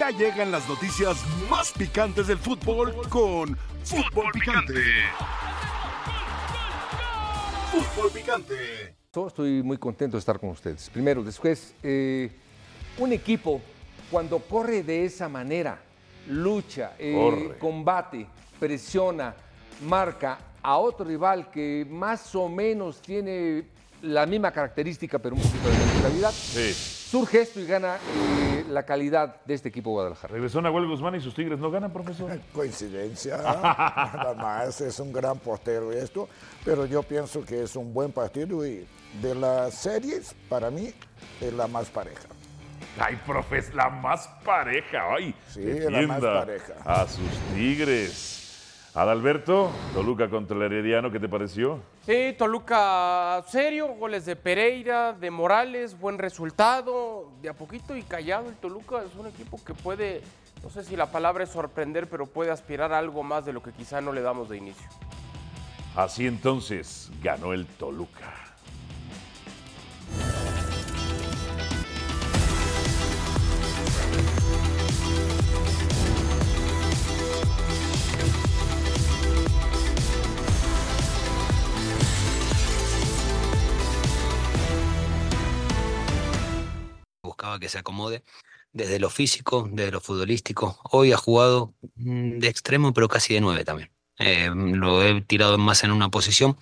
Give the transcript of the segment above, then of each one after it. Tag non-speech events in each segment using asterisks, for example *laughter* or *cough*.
Ya llegan las noticias más picantes del fútbol con Fútbol Picante. Fútbol Picante. Estoy muy contento de estar con ustedes. Primero, después, eh, un equipo cuando corre de esa manera, lucha, eh, Corre. combate, presiona, marca a otro rival que más o menos tiene la misma característica, pero un poquito de calidad, Sí. surge esto y gana eh, la calidad de este equipo Guadalajara. Regresó Nahuel Guzmán y sus Tigres no ganan, profesor. Coincidencia, nada más, es un gran portero esto, pero yo pienso que es un buen partido y de las series, para mí, es la más pareja. Ay, profes, la más pareja. Ay, Sí, defienda la más pareja. A sus Tigres. Adalberto, Toluca contra el Herediano, ¿qué te pareció? Sí, Toluca serio, goles de Pereira, de Morales, buen resultado, de a poquito y callado el Toluca es un equipo que puede, no sé si la palabra es sorprender, pero puede aspirar a algo más de lo que quizá no le damos de inicio. Así entonces ganó el Toluca. buscaba que se acomode desde lo físico, desde lo futbolístico. Hoy ha jugado mm, de extremo, pero casi de nueve también. Eh, lo he tirado más en una posición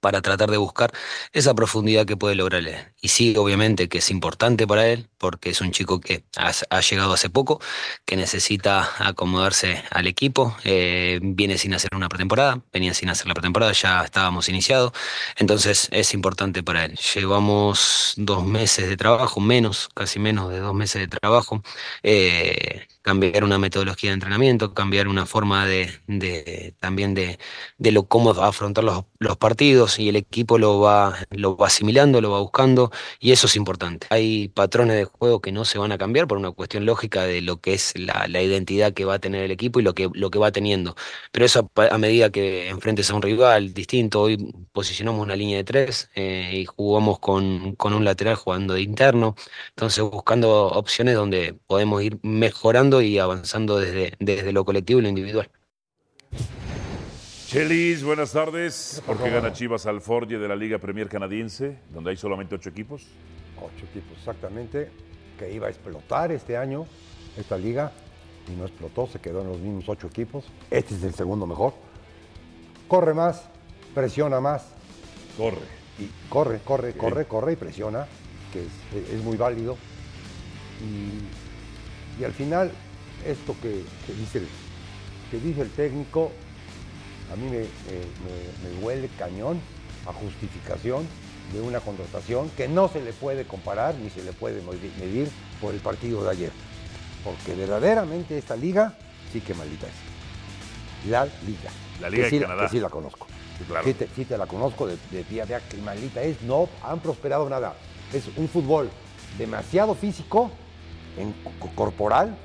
para tratar de buscar esa profundidad que puede lograr él. Y sí, obviamente que es importante para él, porque es un chico que ha, ha llegado hace poco, que necesita acomodarse al equipo, eh, viene sin hacer una pretemporada, venía sin hacer la pretemporada, ya estábamos iniciados, entonces es importante para él. Llevamos dos meses de trabajo, menos, casi menos de dos meses de trabajo. eh, cambiar una metodología de entrenamiento, cambiar una forma de, de- también de, de lo cómo afrontar los, los partidos y el equipo lo va, lo va asimilando, lo va buscando y eso es importante. Hay patrones de juego que no se van a cambiar por una cuestión lógica de lo que es la, la identidad que va a tener el equipo y lo que, lo que va teniendo. Pero eso a, pa- a medida que enfrentes a un rival distinto, hoy posicionamos una línea de tres eh, y jugamos con, con un lateral jugando de interno, entonces buscando opciones donde podemos ir mejorando y avanzando desde, desde lo colectivo y lo individual. Chelis, buenas tardes. ¿Por qué gana Chivas al Forge de la Liga Premier Canadiense, donde hay solamente ocho equipos? Ocho equipos exactamente, que iba a explotar este año esta liga y no explotó, se quedó en los mismos ocho equipos. Este es el segundo mejor. Corre más, presiona más Corre. y corre, corre, corre, corre y presiona, que es, es muy válido. Y, y al final, esto que, que dice, el- que dice el técnico, a mí me, me- me- me huele cañón a justificación de una contratación que no se le puede comparar ni se le puede modi- medir por el partido de ayer. Porque verdaderamente esta liga sí que maldita es. La liga. La Liga Que de sí- Canadá. que sí la conozco. Sí, claro. Sí te, sí te la conozco de, de día a día, que maldita es. No han prosperado nada. Es un fútbol demasiado físico, en, co- *laughs* corporal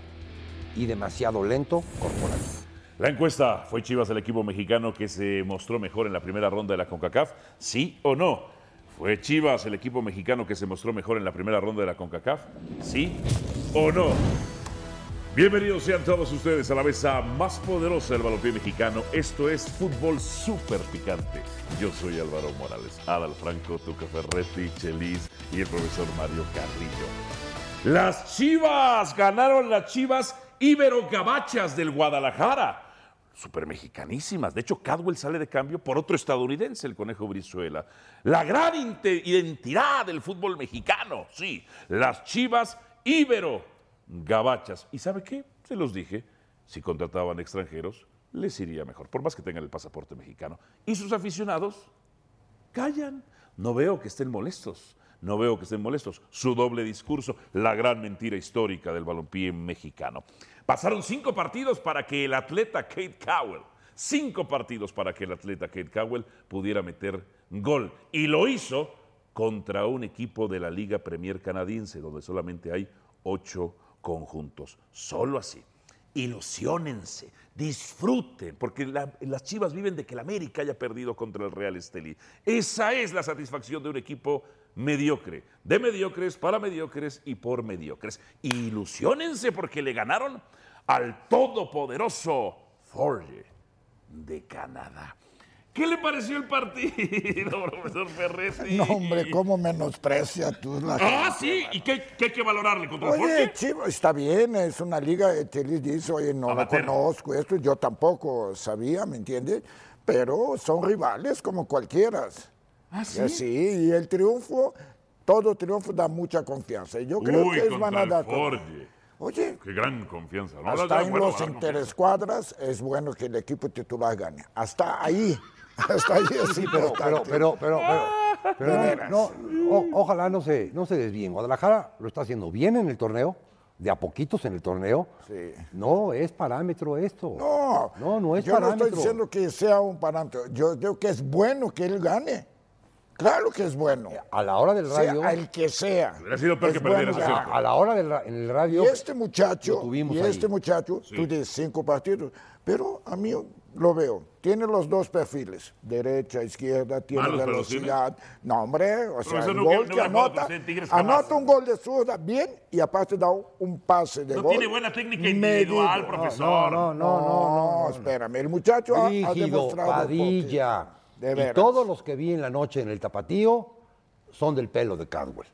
y demasiado lento, corporal. La encuesta fue Chivas el equipo mexicano que se mostró mejor en la primera ronda de la CONCACAF, sí o no. Fue Chivas el equipo mexicano que se mostró mejor en la primera ronda de la CONCACAF, sí o no. Bienvenidos sean todos ustedes a la mesa más poderosa del balompié mexicano. Esto es fútbol súper picante. Yo soy Álvaro Morales, Adal Franco, Tuca Ferretti, Chelis y el profesor Mario Carrillo. Las Chivas ganaron las Chivas Iberogabachas del Guadalajara. Super mexicanísimas. De hecho, Cadwell sale de cambio por otro estadounidense, el Conejo Brizuela. La gran inte- identidad del fútbol mexicano. Sí, las Chivas Ibero Gabachas. ¿Y sabe qué? Se los dije. Si contrataban extranjeros, les iría mejor, por más que tengan el pasaporte mexicano. Y sus aficionados callan. No veo que estén molestos. No veo que estén molestos. Su doble discurso, la gran mentira histórica del balompié mexicano. Pasaron cinco partidos para que el atleta Kate Cowell, cinco partidos para que el atleta Kate Cowell pudiera meter gol. Y lo hizo contra un equipo de la Liga Premier Canadiense, donde solamente hay ocho conjuntos. Solo así ilusionense, disfruten, porque la- las Chivas viven de que el América haya perdido contra el Real Estelí. Esa es la satisfacción de un equipo mediocre. De mediocres, para mediocres y por mediocres. Ilusionense porque le ganaron al todopoderoso Forge de Canadá. ¿Qué le pareció el partido, *laughs* profesor Ferretti? No, hombre, ¿cómo menosprecia tú la Ah, sí, ¿y qué, qué hay que valorarle contra el Oye, Forge? Chivas, está bien, es una liga, eh, Chelis dice, oye, no la Amateur. conozco, esto yo tampoco sabía, ¿me entiendes? Pero son rivales como cualquiera. ¿Ah, sí? y el triunfo, todo triunfo da mucha confianza. y Yo creo Uy, que es van contra a el dar. Forge. Oye, Qué gran confianza. ¿no? La- hasta la- en bueno, los la- la- interescuadras es bueno que el equipo titular gane. Hasta ahí, *laughs* hasta ahí es pero, importante. pero, pero, pero, pero, pero De veras. no, no, o- ojalá no se, no se desvíen. Guadalajara lo está haciendo bien en el torneo, de a poquitos en el torneo. Sí. No es parámetro esto. No, no, no es yo parámetro. no estoy diciendo que sea un parámetro. Yo digo que es bueno que él gane. Claro que es bueno. A la hora del radio, Sea el que sea. Hubiera sido peor es que perder, bueno eso es ganar. cierto. a, a la hora del ra- en el radio, Y este muchacho, Lo tuvimos y ahí. este muchacho, tú dices cinco partidos, pero a mí lo veo. Tiene los dos perfiles, derecha, izquierda, tiene Malos, pero los velocidad. No, hombre, o sea, eso el no gol hubiera- no que hubiera jugado anota, con usted en Tigres jamás. anota un gol de zurda bien y aparte da un pase de No gol. tiene buena técnica medido. individual, profesor. no, no, no, no. espérame, el muchacho ha- ha, Rígido, demostrado Padilla. porque- De y veras. todos los que vi en la noche en el tapatío son del pelo de Cadwell.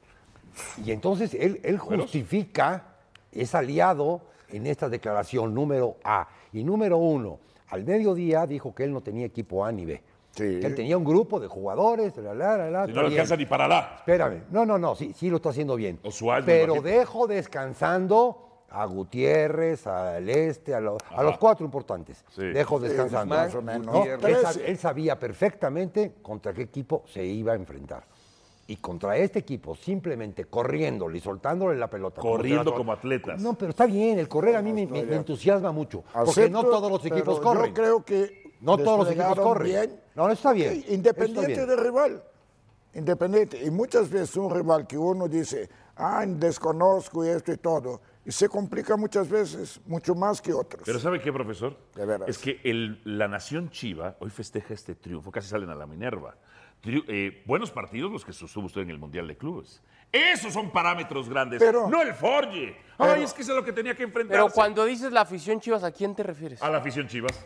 Y entonces él, él justifica, es aliado en esta declaración número A. Y número uno, al mediodía dijo que él no tenía equipo A ni B. Sí. Que él tenía un grupo de jugadores, la, la, la, la, Si no está le bien. alcanza ni para la. Espérame, no, no, no, sí, sí lo está haciendo bien. O su alma, pero imagínate. dejo descansando a Gutiérrez, al este, a, lo- a los cuatro importantes. Sí. Dejo descansando. más o menos. No, Gutiérrez. él, sab- él sabía perfectamente contra qué equipo se iba a enfrentar. Y contra este equipo, simplemente corriéndole y soltándole la pelota. Corriendo te la- como atletas. No, pero está bien, el correr a mí me, me- me entusiasma mucho. porque no Acepto, todos los equipos pero corren. Yo creo que. No todos los desplegaron equipos corren. No, no, está bien, Sí, está Independiente bien. del rival. Independiente. Y muchas veces un rival que uno dice, ah, desconozco y esto y todo. Y se complica muchas veces, mucho más que otros. Pero ¿sabe qué, profesor? De veras. Es que el- la nación chiva hoy festeja este triunfo, casi salen a la Minerva. Triu- eh, buenos partidos los que sostuvo usted en el Mundial de Clubes. Esos son parámetros grandes, Pero- no el Forge. Ay, es que eso es lo que tenía que enfrentar. Pero cuando dices la afición Chivas, ¿a quién te refieres? A la afición chivas.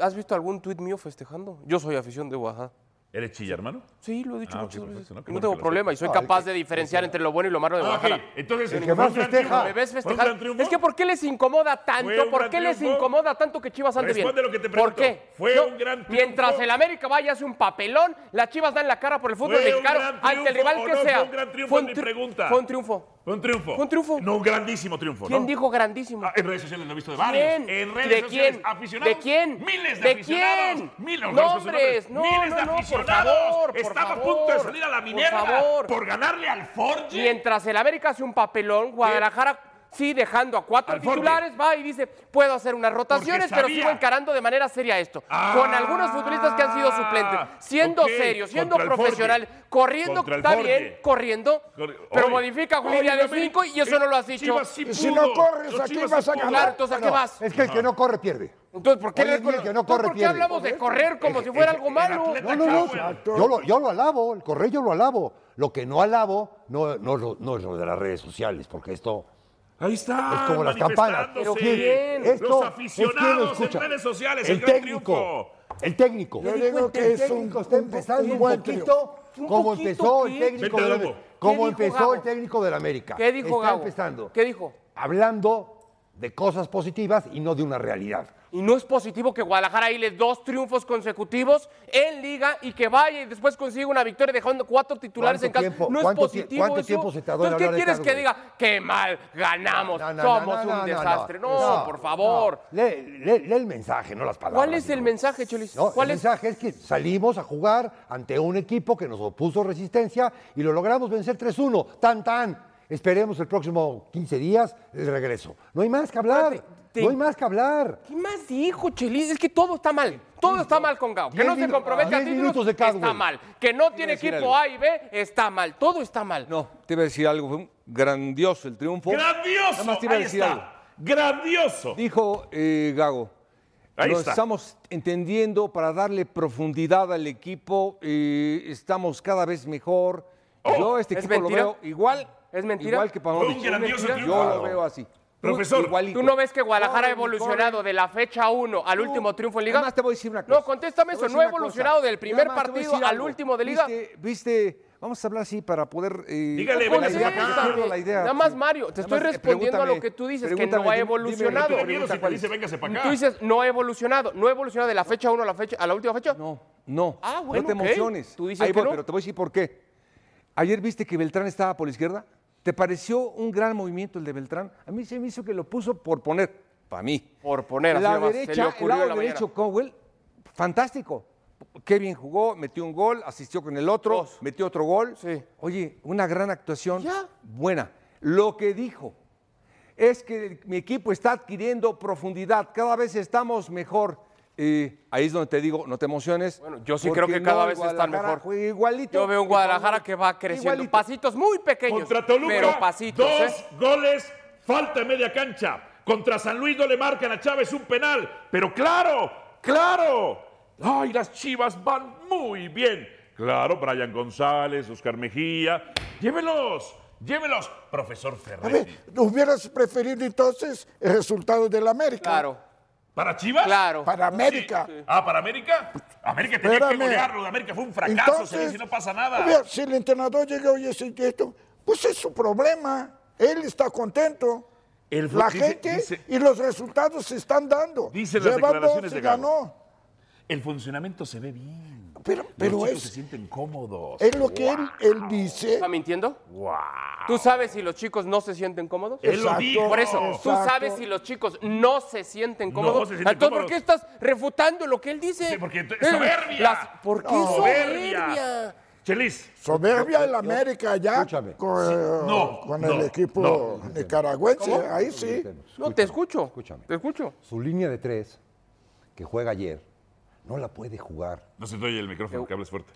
¿Has visto algún tuit mío festejando? Yo soy afición de Oaxaca. ¿Eres chilla, hermano? Sí, lo he dicho Ah, muchas ok, perfecto, veces. ¿no? No, Qué bueno que tengo lo problema y soy Ah, capaz de diferenciar entre lo bueno y lo malo de Ah, ok. Guadalajara. Entonces, El que más ¿fue un gran festeja. triunfo? ¿Me ves ¿Fue un festejar? gran triunfo? Es que ¿por qué les incomoda Fue un tanto? gran ¿Por qué les triunfo. incomoda tanto que Chivas ande bien? Responde lo que te pregunto. ¿Por qué? Fue un gran triunfo. Mientras el América vaya hace un papelón, las Chivas dan la cara por el fútbol ¿Fue un mexicano gran ante el triunfo rival o que no? sea. Fue un gran triunfo, es mi tri- pregunta. Fue un triunfo. Fue un triunfo. Fue un triunfo. No, un grandísimo triunfo. ¿Quién ¿no? dijo grandísimo? Ah, en redes sociales lo he visto de varios. ¿Quién? En redes ¿De sociales, quién? aficionados. ¿De quién? Miles de, ¿De aficionados. quién? Miles, no Nombres, conozco sus nombres. no, Miles de no, no, por aficionados. favor, por Estaba a favor, punto de salir a la por Minerva favor. ganarle al Forge. Mientras el América hace un papelón, Guadalajara sí dejando a cuatro Al Forge. titulares, va y dice, puedo hacer unas rotaciones, pero sabía. sigo encarando de manera seria esto. Ah, con algunos futbolistas que han sido suplentes, siendo ok, serios, siendo contra el Forge. profesionales, corriendo, Contra el está Forge. bien, corriendo, Corre- pero Oye, modifica oye, Julia de América- cinco y eso eh, no lo has dicho. Chivas sí Y si pudo. no corres, Los ¿a quién Chivas vas sí a pudo. Ah. ganar? Claro, entonces, ¿a qué vas? Es que el que no corre pierde. Entonces, ¿por qué, Hoy en día el que no entonces, corre ¿por qué pierde. hablamos de correr como si fuera algo malo? atleta No, no, no. Exacto. Yo lo, yo lo alabo, el correo yo lo alabo. Lo que no alabo no, no, lo- no es lo de las redes sociales, porque esto. Ahí está. Es como las campanas. manifestándose. Pero ¿quién? Esto Los es quien lo aficionados en escucha. redes sociales. El, el gran técnico. triunfo. El técnico. Yo digo que el es un- técnico está un- empezando un un buen poquito triunfo. ¿Un como poquito empezó el qué? técnico Vete, de la Lobo. América. Como ¿Qué dijo empezó el Gago? técnico del América. ¿Qué dijo está Gago? empezando. ¿Qué dijo? Hablando de cosas positivas y no de una realidad. Y no es positivo que Guadalajara ahí le dos triunfos consecutivos en liga y que vaya y después consiga una victoria dejando cuatro titulares ¿Cuánto en casa. tiempo- no es cuánto tie- positivo. cuánto eso. tiempo se tardó en Entonces, ¿qué hablar de quieres que Carlos? diga? ¡Qué mal! ¡Ganamos! No, no, ¡Somos no, no, un no, desastre! No, por favor. no. Lee, lee- lee el mensaje, no las palabras. ¿Cuál es el hijo. mensaje, Chelis? No, ¿Cuál el es? mensaje es que salimos a jugar ante un equipo que nos opuso resistencia y lo logramos vencer 3-1. Tan, tan. Esperemos el próximo 15 días el regreso. No hay más que hablar. Espérate, te- No hay más que hablar. ¿Qué más dijo, Chelis? Es que todo está mal. Todo está mal con Gao. Que Diez no se minu- compromete a diez títulos, minutos de Caldwell. está mal. Que no tiene decir algo. equipo A y B, está mal. Todo está mal. No, te iba a decir algo. Fue un grandioso el triunfo. Grandioso. Nada más te iba a Ahí decir está. algo. Grandioso. Dijo eh, Gago. Ahí lo está. estamos entendiendo para darle profundidad al equipo. eh, estamos cada vez mejor. Yo este ¿Es equipo lo mentira? veo igual. ¿Es mentira? Igual que Pavlovich. Oh, Fue un grandioso Yo triunfo. lo veo así. Profesor, Igualito. ¿Tú no ves que Guadalajara ha Corren, evolucionado corren. de la fecha 1 al Tú- último triunfo en Liga? Además, te voy a decir una cosa. No, contéstame Te voy a eso. decir No ha una cosa. evolucionado del primer Además, te voy a partido decir al algo. último de Liga. Viste, eh, viste, vamos a hablar así para poder. eh, Dígale, con Benacer, la idea, acá. cumplirlo la idea. Nada más, Mario, te estoy más, eh, respondiendo a lo pregúntame, que tú dices, que pregúntame, no ha dime, dime, evolucionado. No te pregunta, miedo si te ¿cuál es? dice, véngase para acá. Tú dices, no ha evolucionado. ¿No ha evolucionado de la fecha 1 a la, fecha, a la última fecha? No, no. Ah, bueno, No te ok. emociones. Tú dices Ahí que voy, no. pero te voy a decir por qué. Ayer viste que Beltrán estaba por la izquierda. ¿Te pareció un gran movimiento el de Beltrán? A mí se me hizo que lo puso por poner, para mí. Por poner, así La nomás, se le derecha, el ocurrió en lado la mañana. derecho, Cowell, fantástico. Qué bien jugó, metió un gol, asistió con el otro, Dos. metió otro gol. Sí. Oye, una gran actuación, Ya. buena. Lo que dijo es que mi equipo está adquiriendo profundidad, cada vez estamos mejor. Y ahí es donde te digo, no te emociones. Bueno, yo sí porque creo que cada el vez están Guadalajara mejor. juega Igualito. Yo veo un que Guadalajara Paulino. que va creciendo. Igualito. Pasitos muy pequeños. Contra Toluca, pero pasitos. dos ¿eh? goles, falta en media cancha. Contra San Luis no le marcan a Chávez un penal, pero claro, claro. Ay, las Chivas van muy bien. Claro, Brian González, Oscar Mejía, llévelos, llévelos, profesor A Ferrer. ver, hubieras preferido entonces el resultado del América. Claro, ¿Para Chivas? claro. Para América. Ah, ¿para América? América tenía que Espérame. golearlo, América fue un fracaso, se dice, Entonces, no pasa nada. a ver, si el entrenador llega y dice que esto, pues es su problema. Él está contento. El fut- la dice- gente dice- y los resultados se están dando. Dicen las Lleva dos declaraciones y de Gago. ganó. El funcionamiento se ve bien. Pero, pero Los chicos se es, sienten cómodos. Pues, es lo que él, él dice. ¿Está mintiendo? ¿Tú sabes si los chicos no se sienten cómodos? Él lo Exacto. dijo. Por eso, tú Exacto. sabes si los chicos no se sienten cómodos. se sienten Entonces, cómodos. ¿por qué estás refutando lo que él dice? Sí, porque es Eh, soberbia. ¿Por qué No. soberbia? Soberbia. Chelis, Soberbia el América ya Escúchame. con, eh, no, con no, el equipo no. nicaragüense. Ahí sí. No, te escucho. Escúchame. Te escucho. Su línea de tres, que juega ayer, no la puede jugar. no se te oye el micrófono, que hables fuerte.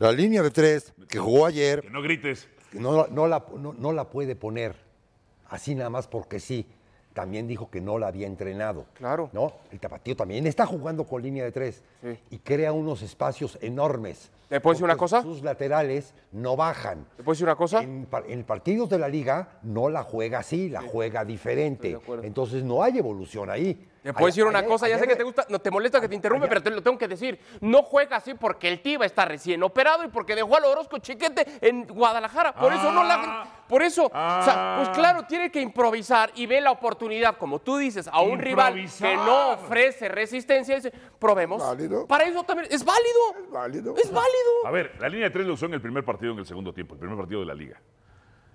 La línea de tres que jugó ayer, Que no grites. No, no la, no- no la puede poner así nada más porque sí. También dijo que no la había entrenado. Claro. ¿no? El tapatío también está jugando con línea de tres Sí. y crea unos espacios enormes. ¿Te puedo decir porque una cosa? Sus laterales no bajan. ¿Te puedo decir una cosa? En, par- en partidos de la liga no la juega así, la juega diferente. Entonces no hay evolución ahí. Te puedo Ayer- decir una ayer- cosa, ya sé ayer- que te gusta, no te molesta que te interrumpe, pero te lo tengo que decir. No juega así porque el Tiva está recién operado y porque dejó al Orozco Chiquete en Guadalajara. Por eso no Ah. la por eso, o sea, Ah. pues claro, tiene que improvisar y ve la oportunidad, como tú dices, a un rival que no Improvisar. ofrece resistencia, dice, probemos. Válido. Para eso también es válido. Es válido. Es válido. A ver, la línea de tres la usó en el primer partido en el segundo tiempo, el primer partido de la liga.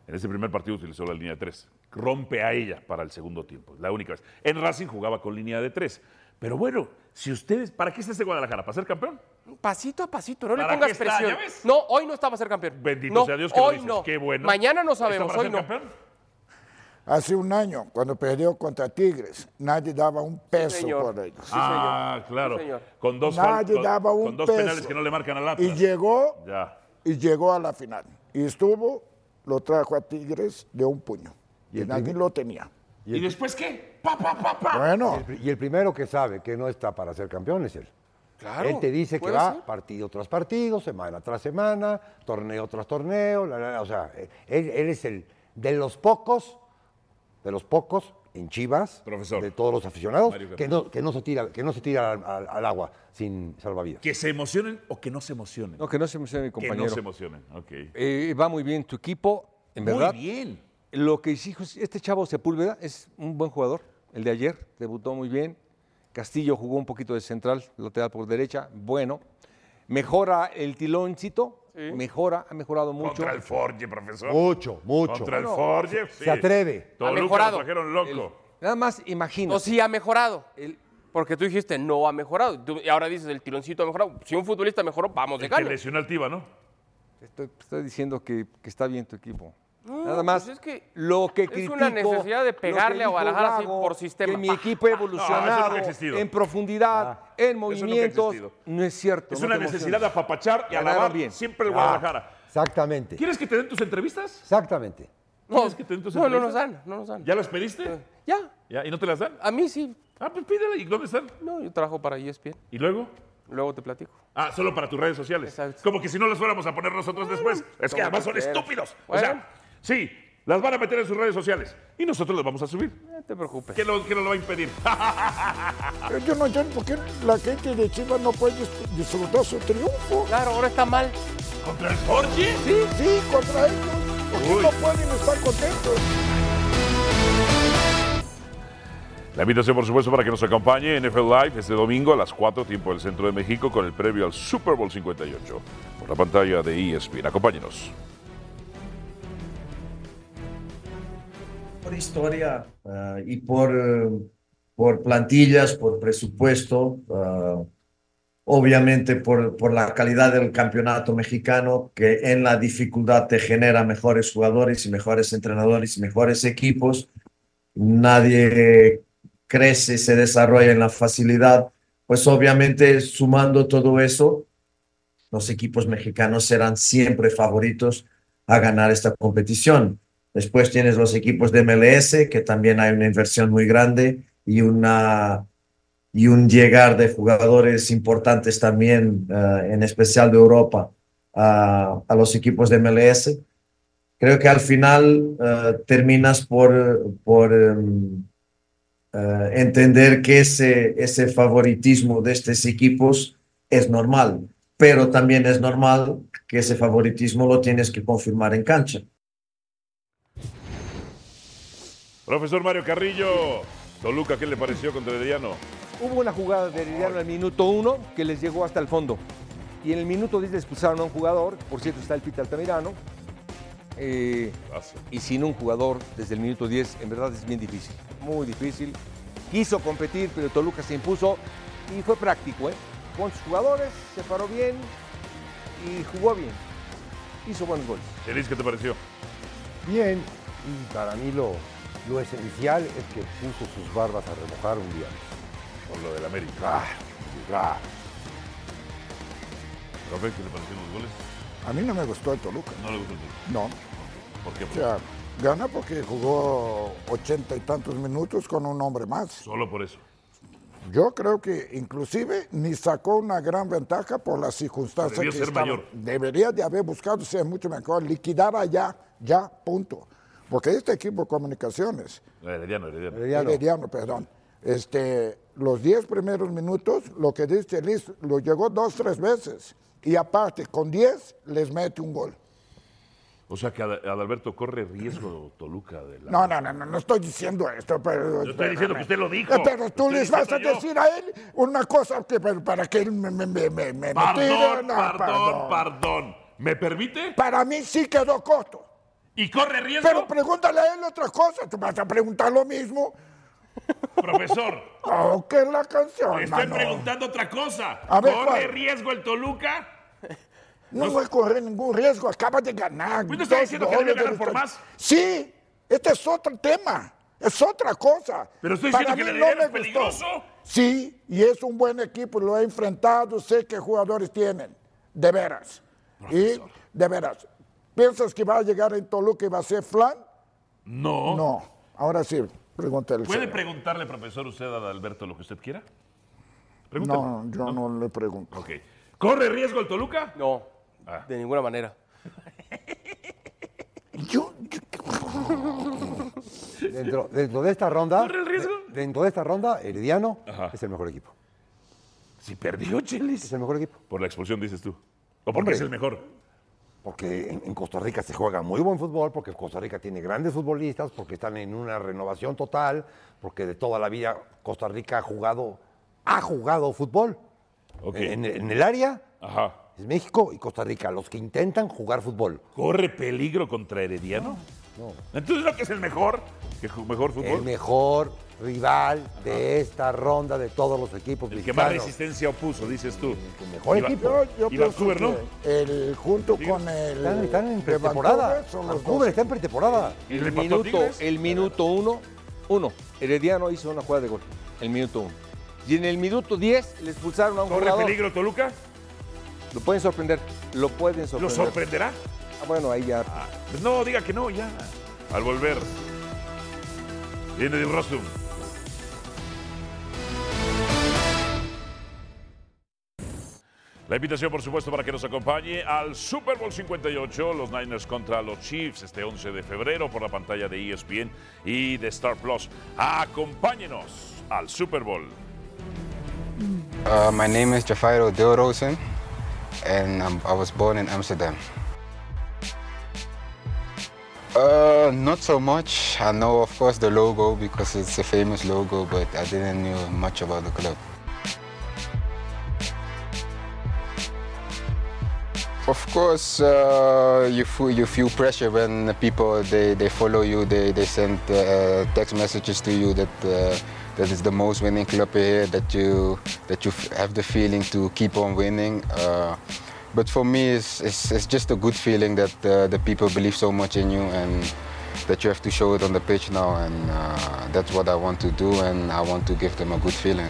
En ese primer partido utilizó la línea de tres. Rompe a ella para el segundo tiempo, la única vez. En Racing jugaba con línea de tres. Pero bueno, si ustedes, ¿para qué está este Guadalajara? ¿Para ser campeón? Pasito a pasito, no le ¿Para pongas qué está? presión. ¿Ya ves? No, hoy no está para ser campeón. Bendito No, sea Dios que lo hoy dices. no. Qué bueno. Mañana no ¿Está sabemos, para hoy ser no. campeón? Hace un año, cuando perdió contra Tigres, nadie daba un peso señor. por ellos. ah, claro. Sí, señor. con dos, fal- Nadie con, daba un con dos peso. penales que no le marcan al Atlas. Y llegó, Ya. y llegó a la final. Y estuvo, lo trajo a Tigres de un puño. Y, nadie lo tenía. ¿Y, después qué? Pa, pa, pa, pa. Y el Bueno, pri- Y el primero que sabe que no está para ser campeón es él. Claro, Él te dice que puede va ser. partido tras partido, semana tras semana, torneo tras torneo, la, la, la, o sea, eh, él, él es el de los pocos, de los pocos en Chivas, Profesor. de todos los aficionados, Mario Guerrero. que no, que no se tira, que no se tira al, al- al agua sin salvavidas. Que se emocionen o que no se emocionen. No, que no se emocione mi que compañero. no se emocionen. Ok. Eh, va muy bien tu equipo, en verdad. Muy bien. Lo que hizo este chavo Sepúlveda es un buen jugador. El de ayer debutó muy bien. Castillo jugó un poquito de central, lateral por derecha, bueno. Mejora el tiloncito, mejora, ha mejorado mucho. Contra el Forge, profesor. Mucho, mucho. Contra el Forge. se atreve. Toluca Ha lo mejorado. trajeron loco. Nada más imagino. O sí ha mejorado. porque tú dijiste no ha mejorado. Tú- y ahora dices el tironcito ha mejorado. Si un futbolista mejoró, vamos de El que gana. lesionó al Tiva, ¿no? Estoy, estoy diciendo que, que está bien tu equipo. Nada más pues es que lo que es una critico, necesidad de lo que pegarle a dijo Guadalajara así Gago, por sistema. Que mi Pa, *laughs* equipo ha No, eso evolucionado nunca ha existido. en profundidad, en Ah, nunca ha movimientos. existido. No es cierto. Es no una te necesidad de emociones. apapachar y Ganaron alabar bien. siempre el Ah, Guadalajara. Exactamente, ¿Quieres que te den tus entrevistas? exactamente. No, ¿Quieres que te den tus no, no nos entrevistas? dan, no nos dan. ¿Ya las pediste? Ya, ¿Ya? ¿Y no te las dan? a mí sí. Ah, pues pídela. ¿Y dónde están? No, yo trabajo para E ESPN. ¿Y luego? Luego te platico. Ah, solo para tus redes sociales. Exacto. Como que si no las fuéramos a poner nosotros después. Es que como además tú son quieras. estúpidos. Bueno. O sea, sí, las van a meter en sus redes sociales. Y nosotros las vamos a subir. No te preocupes. ¿Qué lo, qué no lo va a impedir? *laughs* Pero yo no entiendo por qué la gente de Chivas no puede dis- disfrutar su triunfo. Claro, ahora está mal. ¿Contra el Jorge? Sí, sí, contra ellos. ¿Por qué Uy. no pueden estar contentos? La invitación, por supuesto, para que nos acompañe en NFL Live este domingo a las 4, tiempo del Centro de México, con el previo al Super Bowl 58. Por la pantalla de E ESPN. Acompáñenos. por historia ah, y por, eh, por plantillas, por presupuesto, ah, obviamente por, por la calidad del campeonato mexicano, que en la dificultad te genera mejores jugadores y mejores entrenadores y mejores equipos. Nadie crece, se desarrolla en la facilidad. Pues obviamente sumando todo eso, los equipos mexicanos serán siempre favoritos a ganar esta competición. Después tienes los equipos de MLS, que también hay una inversión muy grande y, una, y un llegar de jugadores importantes también, eh, en especial de Europa, a, a los equipos de MLS. Creo que al final eh, terminas por, por em, eh, entender que ese, ese favoritismo de estos equipos es normal, pero también es normal que ese favoritismo lo tienes que confirmar en cancha. Profesor Mario Carrillo. Toluca, ¿qué le pareció contra Herediano? Hubo una jugada de Herediano al minuto 1 que les llegó hasta el fondo. Y en el minuto 10 les expulsaron a un jugador, por cierto está el Pita Altamirano. Eh, Pase. y sin un jugador desde el minuto 10, en verdad es bien difícil, muy difícil. Quiso competir, pero Toluca se impuso y fue práctico, ¿eh? Con sus jugadores, se paró bien y jugó bien. Hizo buenos goles. Chelis, ¿qué te pareció? Bien, y para mí lo, lo esencial es que puso sus barbas a remojar un día. Por lo del América. Profe, ¿qué le parecieron los goles? A mí no me gustó el Toluca. No le gustó el Toluca. No. ¿Por qué? O sea, gana porque jugó ochenta y tantos minutos con un hombre más. Solo por eso. Yo creo que inclusive ni sacó una gran ventaja por las circunstancias Debió que ser estaban. mayor. Debería de haber buscado ser mucho mejor, liquidar allá, ya, punto. Porque este equipo de comunicaciones, No, Herediano, Herediano. Herediano. Herediano, perdón, este, los 10 primeros minutos, lo que dice Liz, lo llegó dos, tres veces. Y aparte, con 10 les mete un gol. O sea que Ad- Adalberto corre riesgo Toluca de la. No, no, no, no, no estoy diciendo esto, pero... Yo estoy diciendo que usted lo dijo. Eh, Pero tú Estoy les vas a diciendo yo. decir a él una cosa que pero para que él me, me, me, me, me tire, Perdón, no, perdón, perdón. perdón. ¿Me permite? Para mí sí quedó corto. ¿Y corre riesgo? Pero pregúntale a él otra cosa, tú vas a preguntar lo mismo. Profesor, *laughs* Oh, que la canción, estoy mano. preguntando otra cosa. A ver, ¿Corre ¿cuál? riesgo el Toluca? No voy a correr ningún riesgo, acaba de ganar. Pues no está Dos diciendo que debió goles de ganar por victoria. más. Sí, este es otro tema, es otra cosa. Pero estoy Para diciendo que mí le dieron me gustó. peligroso. Sí, y es un buen equipo, lo he enfrentado, sé qué jugadores tienen, de veras. Y de veras, ¿piensas que va a llegar en Toluca y va a ser flan? No. No, ahora sí, pregúntale. ¿Puede señor. preguntarle, profesor, usted a Adalberto lo que usted quiera? Pregúntale. No, yo no le pregunto. Ok. ¿Corre riesgo el Toluca? No, de ninguna manera. Yo- yo- Dentro, dentro de esta ronda, ¿Corre el riesgo? de- dentro de esta ronda, Herediano Ajá. es el mejor equipo. Si perdió Es Chelis. el mejor equipo. Por la expulsión, dices tú. ¿O porque Hombre. es el mejor? Porque en, en Costa Rica se juega muy buen fútbol, porque Costa Rica tiene grandes futbolistas, porque están en una renovación total, porque de toda la vida Costa Rica ha jugado, ha jugado fútbol. Ok. En, en el área Ajá. es México y Costa Rica, los que intentan jugar fútbol. ¿Corre peligro contra Herediano? No. Entonces, ¿no que es el mejor? ¿Que ju- mejor El fútbol? mejor rival de esta ronda de todos los equipos El que más mexicanos. resistencia opuso, dices tú. El mejor equipo. Yo, yo y pienso Vancouver, ¿no? que el, junto con el Están, están en de pretemporada. Vancouver son los dos. Vancouver está en pretemporada. ¿Y le El empató a minuto, Tigres? el minuto uno, uno. Herediano hizo una jugada de gol. El minuto uno. Y en el minuto 10 le expulsaron a un ¿Corre jugador. peligro Toluca? Lo pueden sorprender. Lo pueden ¿Lo sorprender. sorprenderá? Ah, bueno, ahí ya. Ah, pues no, diga que no, ya. Al volver. Viene de Rostum. La invitación, por supuesto, para que nos acompañe al Super Bowl 58, los Niners contra los Chiefs, este 11 de febrero por la pantalla de E ESPN y de Star Plus. Acompáñenos al Super Bowl. Uh, my name is Jafairo Dilrosen, and um, I was born in Amsterdam. Uh, not so much. I know, of course, the logo because it's a famous logo, but I didn't know much about the club. Of course, uh, you, feel, you feel pressure when the people they, they follow you, they, they send uh, text messages to you that uh, that is the most winning club here, that you that you f- have the feeling to keep on winning. Uh, but for me, it's, it's, it's just a good feeling that uh, the people believe so much in you and that you have to show it on the pitch now, and uh, that's what I want to do, and I want to give them a good feeling.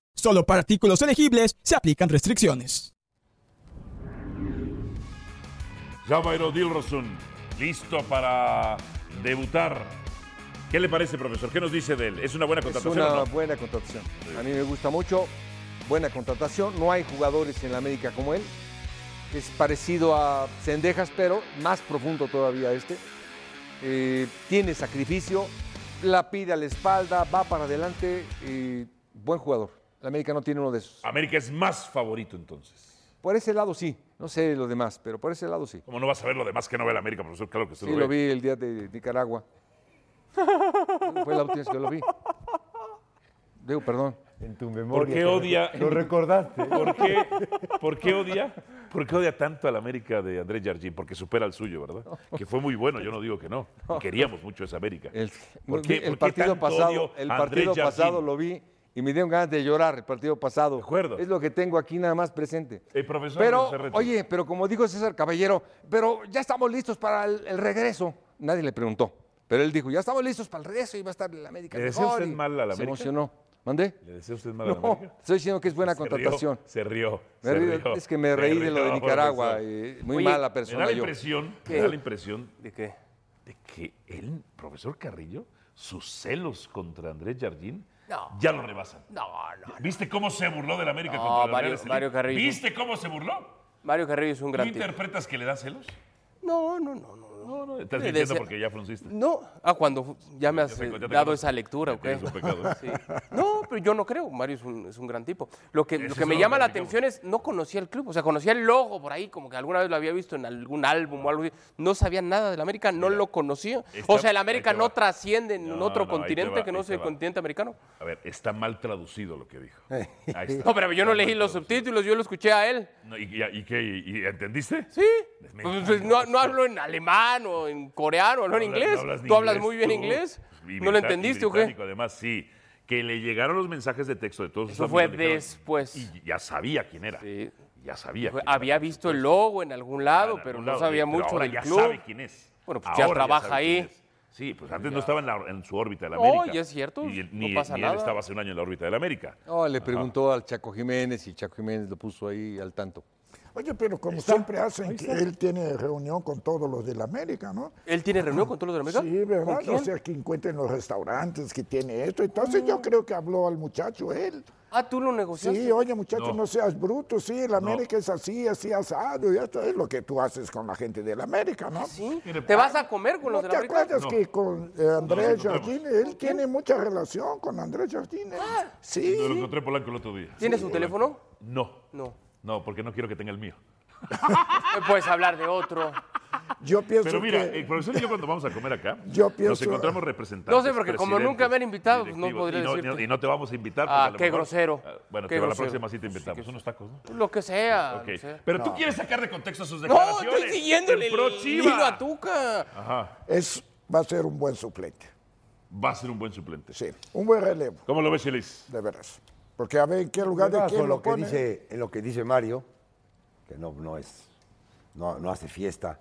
Solo para artículos elegibles se aplican restricciones. Jairo Dilrosun, listo para debutar. ¿Qué le parece, profesor? ¿Qué nos dice de él? ¿Es una buena Es contratación una o no? buena contratación. A mí me gusta mucho. Buena contratación. No hay jugadores en la América como él. Es parecido a Cendejas, pero más profundo todavía este. Eh, tiene sacrificio, la pide a la espalda, va para adelante. y buen jugador. La América no tiene uno de esos. América es más favorito entonces. Por ese lado sí. No sé lo demás, pero por ese lado sí. Como no vas a ver lo demás que no ve la América, profesor? Claro que usted Sí, lo vi el día de *laughs* Nicaragua. Fue la última vez que lo vi. Digo, perdón. En tu memoria. qué odia- Lo recordaste. ¿Por qué, por qué odia? ¿Por qué odia tanto al América de Andrés Jardín? Porque supera al suyo, ¿verdad? Que fue muy bueno, yo no digo que no. Y Queríamos mucho esa América. El, ¿Por qué- el por qué partido tanto pasado, odio el a partido Andrés pasado Jardín? lo vi y me dieron ganas de llorar el partido pasado. De acuerdo. Es lo que tengo aquí nada más presente. Eh, profesor pero, Cerretti. oye, pero como dijo César Caballero, pero ya estamos listos para el, el regreso. Nadie le preguntó, pero él dijo, ya estamos listos para el regreso y va a estar la América ¿Le desea mejor. usted y mal a la Se América? emocionó. ¿Mandé? ¿Le desea usted mal a la No, América? estoy diciendo que es buena Se rió, contratación. Se rió. Me se río, rió, es que me se reí de lo de rió, Nicaragua, profesor. y muy Oye, mala Me da persona la yo. impresión, me ¿Qué? da la impresión ¿De qué? de que el profesor Carrillo, sus celos contra Andrés Jardín, No. ya lo rebasan. No, no. ¿Viste cómo se burló del América No, contra el Mario- Real Estelí? Mario Carrillo. ¿Viste cómo se burló? Mario Carrillo es un ¿Tú gran tipo. interpretas que le da celos? No, no, no, no. no. No, no, estás Le mintiendo desea- porque ya frunciste. No, ah, cuando ya me has te- eh, ya te dado conozco. esa lectura, Ya ¿ok? tienes un pecado. Sí. No, pero yo no creo. Mario es un, es un gran tipo. Lo que, lo Eso que me solo llama la platicamos. atención es, no conocía el club, o sea, conocía el logo por ahí, como que alguna vez lo había visto en algún álbum o algo así. No sabía nada del América, no lo conocía. está- O sea, el ahí América te no va. trasciende en No, otro no, ahí te continente va, que no ahí sea te el va. continente americano. A ver, está mal traducido lo que dijo. Ahí está. No, pero yo no Está leí mal los traducido. subtítulos, yo lo escuché a él. No, ¿y, y- y qué? ¿Y- y entendiste? Sí. Me Pues, encanta. no, no hablo en alemán o en coreano, hablo en hablas- inglés. no hablas ni tú hablas inglés, muy bien tú. inglés. Y ¿No lo brita- y entendiste o qué? británico, Además, sí. Que le llegaron los mensajes de texto de todos sus Eso fue amigos, le dijeron, después. Y ya sabía quién era. Sí. Ya sabía. quién era, Había por visto el supuesto. logo en algún lado, Ah, en pero algún no lado, sabía sí, pero mucho ahora del ya club. sabe quién es. Bueno, pues Ahora ya sabe trabaja quién ahí. es. Sí, pues antes no estaba en, la- en su órbita de la No, América. y es cierto, Y él- no ni, pasa ni nada. él estaba hace un año en la órbita de la América. No, le preguntó al Chaco Jiménez y Chaco Jiménez lo puso ahí al tanto. Oye, pero como siempre hacen, que él tiene reunión con todos los de la América, ¿no? ¿Él tiene reunión con todos los de la América? Sí, ¿Con ¿verdad? quién? O sea, que encuentren los restaurantes, que tiene esto. Entonces yo creo que habló al muchacho él. ah, tú lo negociaste. Sí, oye muchacho, no, seas bruto, sí, el América es así, así asado, y esto es lo que tú haces con la gente del América, ¿no? Sí. ¿Te vas a comer con los ¿No de te la América? acuerdas que con eh, Andrés Jardín, él tiene mucha relación con Andrés Jardín? Sí, No lo encontré Polanco el otro día. ¿Tienes su teléfono? No. No. No, porque no quiero que tenga el mío. Me puedes hablar de otro. Yo pienso Pero mira, eh, que- el profesor y yo cuando vamos a comer acá, *laughs* Yo nos pienso- encontramos representantes. No sé, porque como nunca me han invitado, pues, no directivos, podría y no, y no- decirte. y no te vamos a invitar. Ah, porque a lo qué mejor- grosero. Ah, Bueno, Qué te va la grosero. próxima sí te invitamos. Unos tacos, ¿no? Lo que sea. Ok. lo que sea. Pero tú No. quieres sacar de contexto sus No, declaraciones. estoy siguiéndole El el pro Chivas. hilo a Tuca. Es, va a ser un buen suplente. Va a ser un buen suplente. Sí. Un buen relevo. ¿Cómo lo ves, Chelis? De veras. Porque a ver en qué lugar de Además, quién con lo, lo que pone. dice, en lo que dice Mario, que no, no es, no, no hace fiesta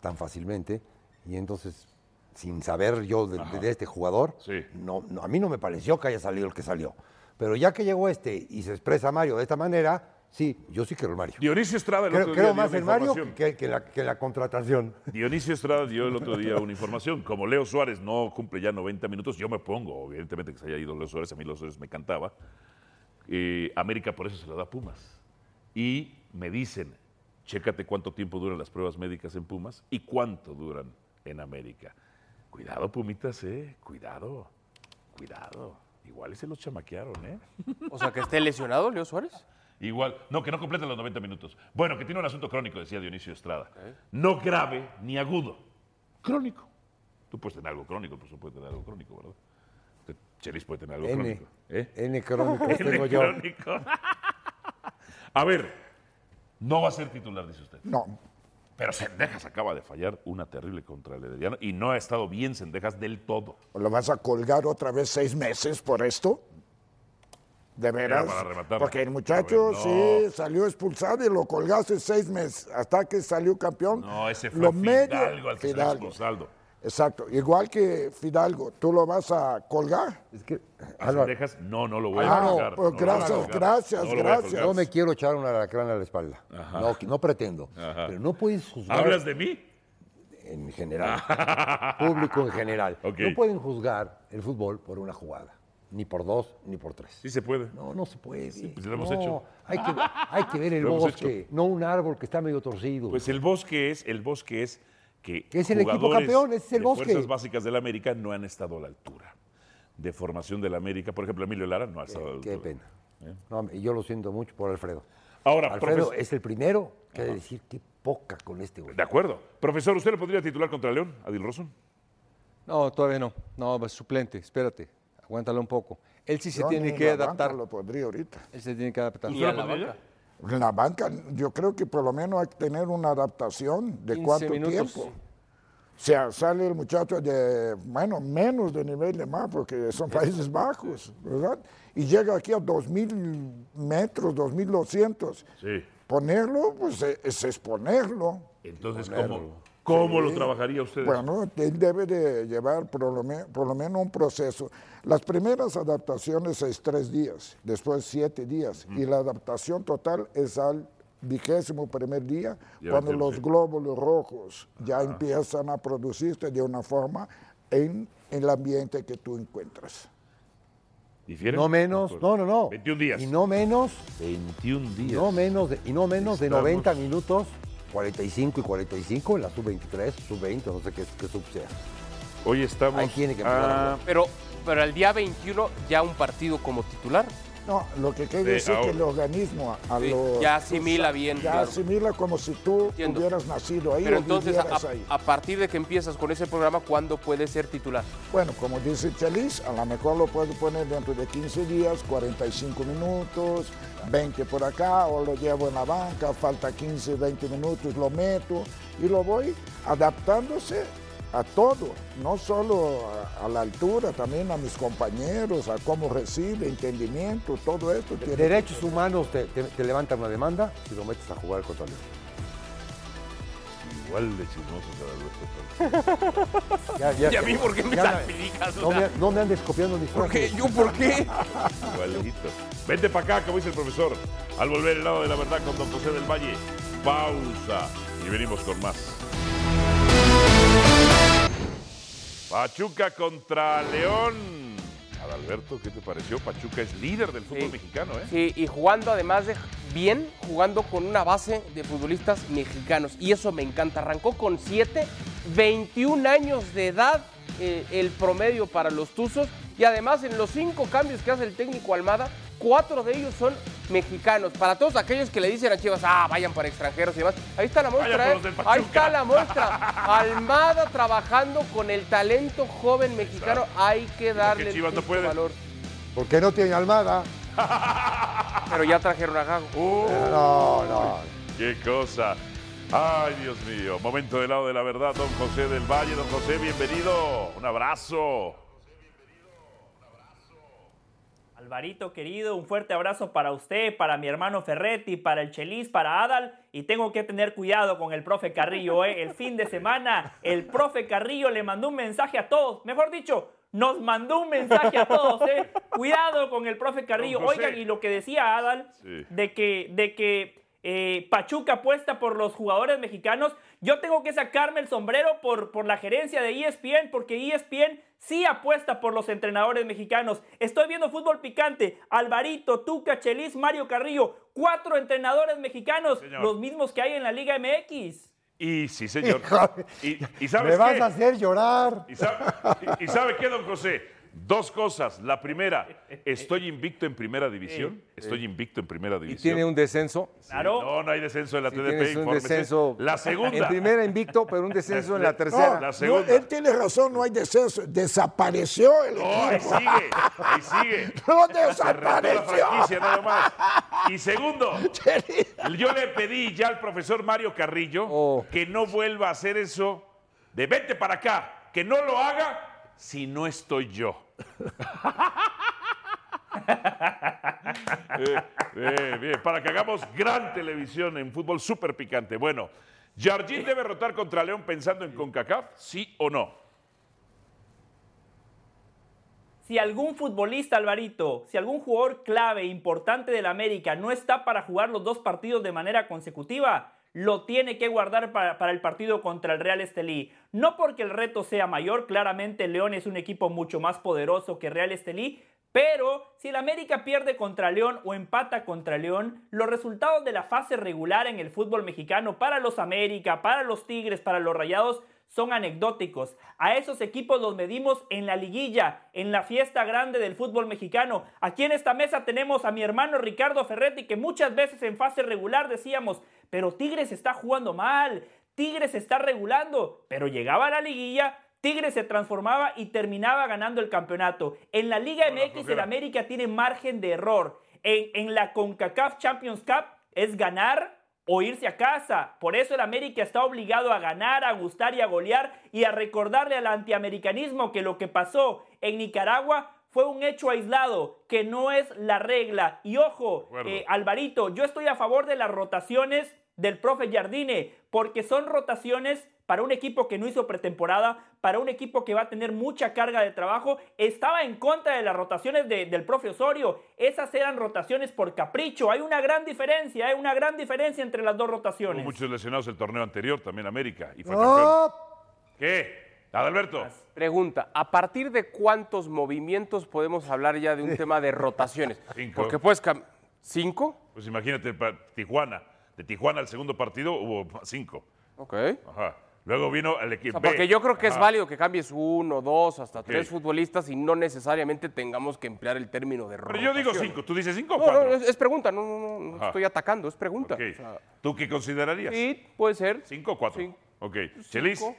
tan fácilmente, y entonces, sin saber yo de, de este jugador, no, no, a mí no me pareció que haya salido el que salió. Pero ya que llegó este y se expresa Mario de esta manera, sí, yo sí quiero el Mario. Dionisio Estrada, el creo, otro día creo dio más una el Mario información. que, que la, que la contratación. Dionisio Estrada dio el otro día una información. Como Leo Suárez no cumple ya 90 minutos, yo me pongo, evidentemente que se haya ido Leo Suárez, a mí Leo Suárez me encantaba. Eh, América por eso se lo da a Pumas. Y me dicen, chécate cuánto tiempo duran las pruebas médicas en Pumas y cuánto duran en América. Cuidado, Pumitas, eh, cuidado, cuidado. Igual y se los chamaquearon, eh. O sea, que esté lesionado Leo Suárez. Igual, no, que no completa los 90 minutos. Bueno, que tiene un asunto crónico, decía Dionisio Estrada. No grave ni agudo. Crónico. Tú puedes tener algo crónico, por supuesto, tener algo crónico, ¿verdad? Usted, Chelis puede tener algo N, crónico. ¿eh? N *laughs* crónicos N tengo yo. crónico. A ver, no va a ser titular, dice usted. No. Pero Sendejas acaba de fallar una terrible contra el Herediano y no ha estado bien Sendejas del todo. ¿Lo vas a colgar otra vez seis meses por esto? ¿De veras? para rematarla. Porque el muchacho A ver, no. sí salió expulsado y lo colgaste seis meses hasta que salió campeón. No, ese fue lo Fidalgo al que se le Fidalgo. expulsó. Exacto. Igual que Fidalgo, ¿tú lo vas a colgar? Es que, A Sendejas, no, no lo voy a Álvaro, pues, colgar. no lo voy a gracias, colgar, gracias, no lo voy a gracias. colgar. Yo me quiero echar una alacrán a la espalda. Ajá. No, no pretendo. Ajá. Pero Pues no puedes juzgar. ¿Hablas de mí? en general, *laughs* público en general. Ok. No pueden juzgar el fútbol por una jugada, ni por dos, ni por tres. Sí se puede. No, no se puede. pues lo hemos No, hecho. Hay que, hay *laughs* que ver el Lo hemos bosque, no un árbol que está medio torcido. Pues el bosque es, el bosque es que Que es el equipo jugadores campeón, ese es el de bosque. fuerzas básicas del América no han estado a la altura. De formación del América, por ejemplo, Emilio Lara no ha estado a la altura. ¿eh? Qué pena. No, y yo lo siento mucho por Alfredo. Ahora, Alfredo profes- es el primero que ha de decir qué poca con este güey. De acuerdo. Profesor, ¿usted lo podría titular contra León, Adil Rosun? No, todavía no. No, va suplente, espérate. Aguántalo un poco. Él sí se Yo ni tiene en que la banca adaptar. Lo podría ahorita. Él se tiene que adaptar. ¿Y ¿Y a a la la banca? En la banca, yo creo que por lo menos hay que tener una adaptación de 15 cuánto minutos. tiempo. O sea, sale el muchacho de, bueno, menos de nivel de mar, porque son Países Bajos, ¿verdad? Y llega aquí a 2.000 metros, 2.200. Sí. Ponerlo, pues e- es exponerlo. Entonces, Ponerlo. ¿cómo, cómo Sí. lo trabajaría usted? Bueno, él debe de llevar por lo, me- por lo menos un proceso. Las primeras adaptaciones es tres días, después siete días, y la adaptación total es al vigésimo primer día, Ya cuando entiendo, los sí. glóbulos rojos ya empiezan a producirse de una forma en, en el ambiente que tú encuentras. ¿Difiere? No menos, no, no, no. 21 días. Y no menos. 21 días. No menos de, y no menos de Estamos- 90 minutos, 45 y 45 en la sub-23, sub-20, no sé qué, qué sub sea. Hoy estamos. Ahí tiene que empezar. Ah, Pero, pero al día 21 ya un partido como titular. No, lo que quiere De decir que ahora. el organismo a, a Sí, lo- ya asimila o sea, bien, Ya claro. asimila como si tú hubieras nacido ahí Pero o entonces, a, vivieras ahí. a partir de que empiezas con ese programa, ¿cuándo puede ser titular? Bueno, como dice Chelis, a lo mejor lo puedo poner dentro de 15 días, 45 minutos, 20 por acá, o lo llevo en la banca, falta 15, 20 minutos, lo meto y lo voy adaptándose a todo, no solo a, a la altura, también a mis compañeros, a cómo recibe, entendimiento, todo esto. tiene que Derechos humanos te, te- te levantan una demanda si lo metes a jugar contra León. Igual de chismoso para el resto. ¿Y a mí por qué me ya- salpicas? No me, no me andes copiando mis ¿Por qué? ¿Yo por qué? Igualito. Vente para acá, como dice el profesor. Al volver el lado de la verdad con don José del Valle. Pausa. Y venimos con más. Pachuca contra León. Adalberto, ¿qué te pareció? Pachuca es líder del fútbol mexicano, ¿eh? Sí, y jugando además de bien, jugando con una base de futbolistas mexicanos. Y eso me encanta. Arrancó con 7, 21 años de edad eh, el promedio para los Tuzos. Y además en los cinco cambios que hace el técnico Almada, cuatro de ellos son mexicanos. Para todos aquellos que le dicen a Chivas, ah, vayan para extranjeros y demás. Ahí está la Vayan muestra, por ¿eh? los del Pachuca. Ahí está la muestra. Almada trabajando con el talento joven mexicano. Hay que darle el Chivas no justo puede. valor. Porque no tiene Almada. Pero ya trajeron a Gago. No, no. Uh. ¡Qué cosa! ¡Ay, Dios mío! Momento del lado de la verdad, don José del Valle. Don José, bienvenido. Un abrazo. Alvarito querido, un fuerte abrazo para usted, para mi hermano Ferretti, para el Chelis, para Adal. Y tengo que tener cuidado con el profe Carrillo, ¿eh? El fin de semana, el profe Carrillo le mandó un mensaje a todos. Mejor dicho, nos mandó un mensaje a todos, ¿eh? Cuidado con el profe Carrillo. Don José. Oigan, y lo que decía Adal, Sí. de que, de que eh, Pachuca apuesta por los jugadores mexicanos. Yo tengo que sacarme el sombrero por, por la gerencia de E ESPN, porque ESPN sí apuesta por los entrenadores mexicanos. Estoy viendo fútbol picante. Alvarito, Tuca, Chelis, Mario Carrillo. Cuatro entrenadores mexicanos, Señor. los mismos que hay en la Liga MX. Y sí, señor. Y, y Me sabes vas qué? a hacer llorar. ¿Y sabe, y- y sabe qué, don José? Dos cosas. La primera, estoy invicto en primera división. Estoy invicto en primera Y división. tiene un descenso. Claro. No, no hay descenso en la TDP, Tienes un infórmese. descenso. La segunda. En primera invicto, pero un descenso en la tercera. No, La no, segunda. él tiene razón, no hay descenso. Desapareció el No, ahí equipo. sigue, ahí sigue. *laughs* No Se retó la franquicia desapareció. nada más. Y segundo, yo le pedí ya al profesor Mario Carrillo Oh. que no vuelva a hacer eso de vete para acá, que no lo haga si no estoy yo. *laughs* Eh, eh, bien, para que hagamos gran televisión en fútbol súper picante. Bueno, ¿Jardín debe rotar contra León pensando en CONCACAF? ¿Sí o no? Si algún futbolista, Alvarito, si algún jugador clave e importante del América no está para jugar los dos partidos de manera consecutiva, lo tiene que guardar para, para el partido contra el Real Estelí. No porque el reto sea mayor, claramente León es un equipo mucho más poderoso que Real Estelí, pero si el América pierde contra León o empata contra León, los resultados de la fase regular en el fútbol mexicano para los América, para los Tigres, para los Rayados son anecdóticos. A esos equipos los medimos en la liguilla, en la fiesta grande del fútbol mexicano. Aquí en esta mesa tenemos a mi hermano Ricardo Ferretti, que muchas veces en fase regular decíamos, pero Tigres está jugando mal, Tigres está regulando, pero llegaba a la liguilla. Tigres se transformaba y terminaba ganando el campeonato. En la Liga Con la MX el flojera. América tiene margen de error. En, en la CONCACAF Champions Cup es ganar o irse a casa. Por eso el América está obligado a ganar, a gustar y a golear y a recordarle al antiamericanismo que lo que pasó en Nicaragua fue un hecho aislado, que no es la regla. Y ojo, acuerdo. eh, Alvarito, yo estoy a favor de las rotaciones del profe Jardine, porque son rotaciones para un equipo que no hizo pretemporada, para un equipo que va a tener mucha carga de trabajo. Estaba en contra de las rotaciones de- del profe Osorio. Esas eran rotaciones por capricho. Hay una gran diferencia, hay una gran diferencia entre las dos Hubo rotaciones. muchos lesionados el torneo anterior, también América, y fue campeón. No. ¿Qué? Adalberto. Pregunta, ¿a partir de cuántos movimientos podemos hablar ya de un tema de rotaciones? *laughs* Cinco. Porque puedes cam- ¿Cinco? Pues imagínate, pa- Tijuana. De Tijuana al segundo partido hubo cinco. Ok. Ajá. Luego vino el equipo. O sea, porque yo creo que es válido que cambies uno, dos, hasta Ok. tres futbolistas y no necesariamente tengamos que emplear el término de Pero yo digo rotación. cinco. ¿Tú dices cinco o No, no, cuatro? es, es pregunta, no, no, no, no Ajá. estoy atacando, es pregunta. Ok. O sea, ¿Tú qué considerarías? sí, puede ser. ¿Cinco o cuatro? Cinco. Ok. Chelis. Cinco.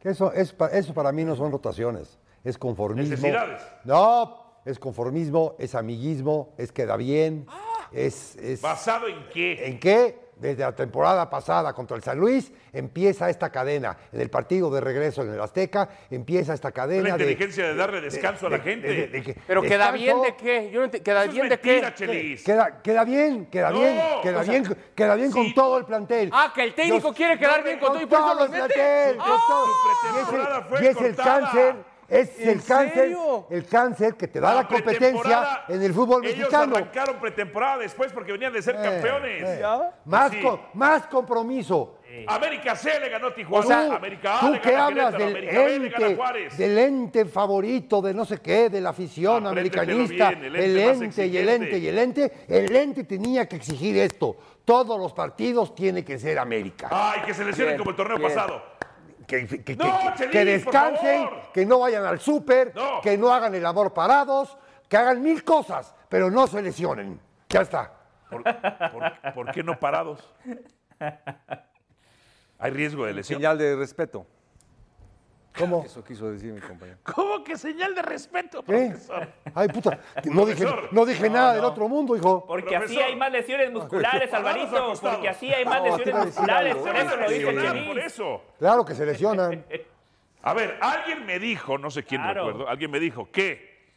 Que Eso, es pa- eso para mí no son rotaciones, es conformismo. Necesidades. No, es conformismo, es amiguismo, es queda bien, Ah. es, es- ¿Basado en qué? ¿En qué? Desde la temporada pasada contra el San Luis empieza esta cadena. En el partido de regreso en el Azteca empieza esta cadena. La de- inteligencia de darle descanso a la gente. que- Pero queda descanso, bien de qué? Yo no enti- queda Eso es bien mentira, de qué? Chelis. Queda, queda bien, queda No, bien, o queda sea, bien, queda bien sí. con todo el plantel. Ah, que el técnico quiere quedar bien con todo y por eso los el mete. plantel, con Ah, todo. su Y es el- pretemporada fue Y es el cortada. cáncer, es ¿En el cáncer, serio? el cáncer que te da la, competencia pretemporada, en el fútbol mexicano. Ellos arrancaron pretemporada después porque venían de ser Eh, campeones. eh. ¿Ya? Más, Sí. co- más compromiso. América C le ganó a Tijuana. tú, América A tú le que gana a hablas Querétaro, del América B le gana a ente, Juárez. del e- ente favorito, de no sé qué, de la afición Apréndetelo americanista, bien, el el ente ente, más y el exigente. ente y el ente, el ente tenía que exigir esto. Todos los partidos tiene que ser América. Ay, que se lesionen Bien, como el torneo bien. pasado. Que, que- que- Ah. No, que- Chelis, que por descansen, favor. que no vayan al súper, No. que no hagan el amor parados, que hagan mil cosas, pero no se lesionen. Ya está. ¿Por, por- por qué no parados? Hay riesgo de lesión. Señal de respeto. ¿Cómo? Eso quiso decir mi compañero. ¿Cómo que señal de respeto, ¿Qué? profesor? *laughs* Ay, puta, no dije, Profesor. no dije No, nada no. del otro mundo, hijo. Porque así hay más lesiones musculares, Parados Alvarito. acostados. Porque así hay más No, te lesiones iba a decir musculares. algo, Por ¿eh? eso lo dijo Lesionar, Chelis. por eso. Claro que se *laughs* lesionan. A ver, alguien me dijo, no sé quién Claro. recuerdo, alguien me dijo que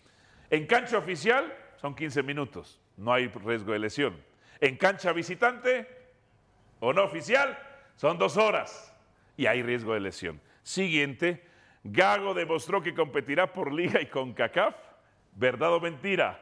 en cancha oficial son 15 minutos, no hay riesgo de lesión. En cancha visitante o no oficial son dos horas y hay riesgo de lesión. Siguiente, Gago demostró que competirá por liga y con CACAF. ¿Verdad o mentira?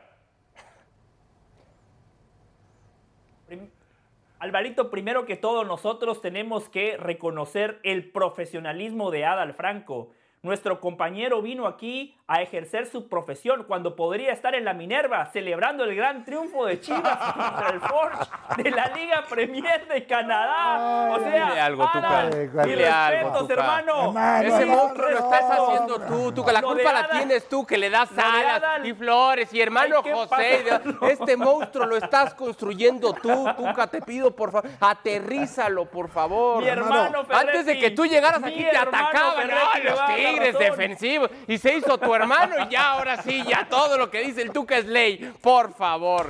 Alvarito, primero que todo, nosotros tenemos que reconocer el profesionalismo de Adal Franco. Nuestro compañero vino aquí a ejercer su profesión cuando podría estar en la Minerva celebrando el gran triunfo de Chivas *laughs* contra el Forge de la Liga Premier de Canadá. O sea, Dile algo, Tuca. Adal, mis Dile algo, respetos, Tuca. hermano. Ese Mis monstruo lo estás respetos. haciendo tú, Tuca. La Lo de culpa la Adal- tienes tú, que le das lo de alas Adal- y flores. Y hermano Ay, ¿qué José, pasó? este monstruo lo estás construyendo tú, Tuca. Te pido, por favor, aterrízalo, por favor. Mi hermano Ferretti. Antes de que tú llegaras Mi aquí, te hermano atacaban Ferretti ¡Ay, llevaba los la tigres razón. defensivos. Y se hizo tu hermano y ya, ahora sí, ya todo lo que dice el Tuca es ley. Por favor.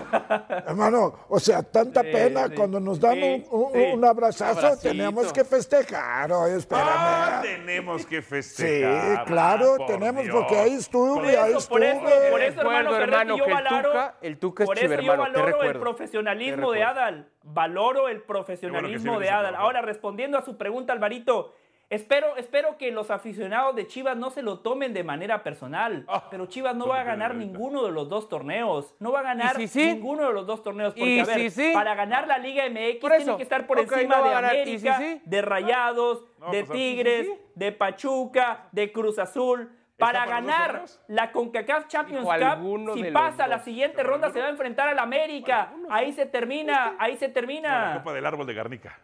Hermano, o sea, tanta Sí, pena sí, cuando nos dan sí, un, un- sí. un abrazazo, Abracito. Ah. tenemos que festejar. Oye, espérame. Tenemos que sí, festejar. claro, por tenemos, Dios. porque ahí Por estuve, ahí eso, por estuve. eso, por eso, hermano, Recuerdo, Ferretti, hermano, yo que el valoro, Tuca- el Tuca es por eso yo chivermano, te valoro el recuerdo. profesionalismo Te de recuerdo. Adal, valoro el Qué profesionalismo bueno que sí de vienes a Adal. trabajar. Ahora, respondiendo a su pregunta, Alvarito, espero, espero que los aficionados de Chivas no se lo tomen de manera personal, Ah, pero Chivas no va a ganar ninguno de los dos torneos, no va a ganar si sí? ninguno de los dos torneos, ¿Y porque a ver, si sí? para ganar la Liga MX Por tiene eso. que estar por Ok, encima no va de a ganar. ¿Y si América, sí? de Rayados, No, de pues, ¿y si Tigres, sí? de Pachuca, de Cruz Azul. Para para los dos ganar torneos? la CONCACAF Champions Dijo alguno Cup, de si los pasa la dos. siguiente ronda, se va a enfrentar al América. Ahí se termina, ahí se Para la termina. Copa del Árbol de Garnica.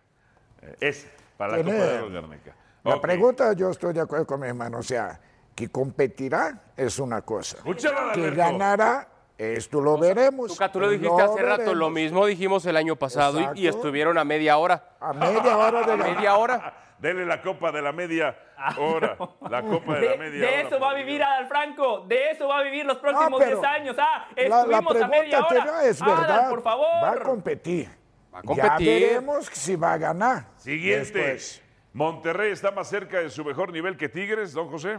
Eh, Ese, para la Tener. Copa del Árbol de Garnica. La Ok. pregunta, yo estoy de acuerdo con mi hermano, o sea, que competirá es una cosa. Escúchalo, Que Alberto. ganará, esto lo veremos. Tuca, tú lo dijiste hace rato, lo mismo dijimos el año pasado y- y, Exacto. estuvieron a media hora. A media hora de A la... media hora. Dele la copa de la media Ah, hora. La copa de, la De, media de hora. eso va a vivir Adal Franco, de eso va a vivir los No, próximos pero 10 años. Ah, La- La, estuvimos a media pregunta que no hora. es verdad. Adal, por Va a favor. competir. Va a Ya competir. veremos si va a ganar. Siguiente. Después. Monterrey está más cerca de su mejor nivel que Tigres, don José.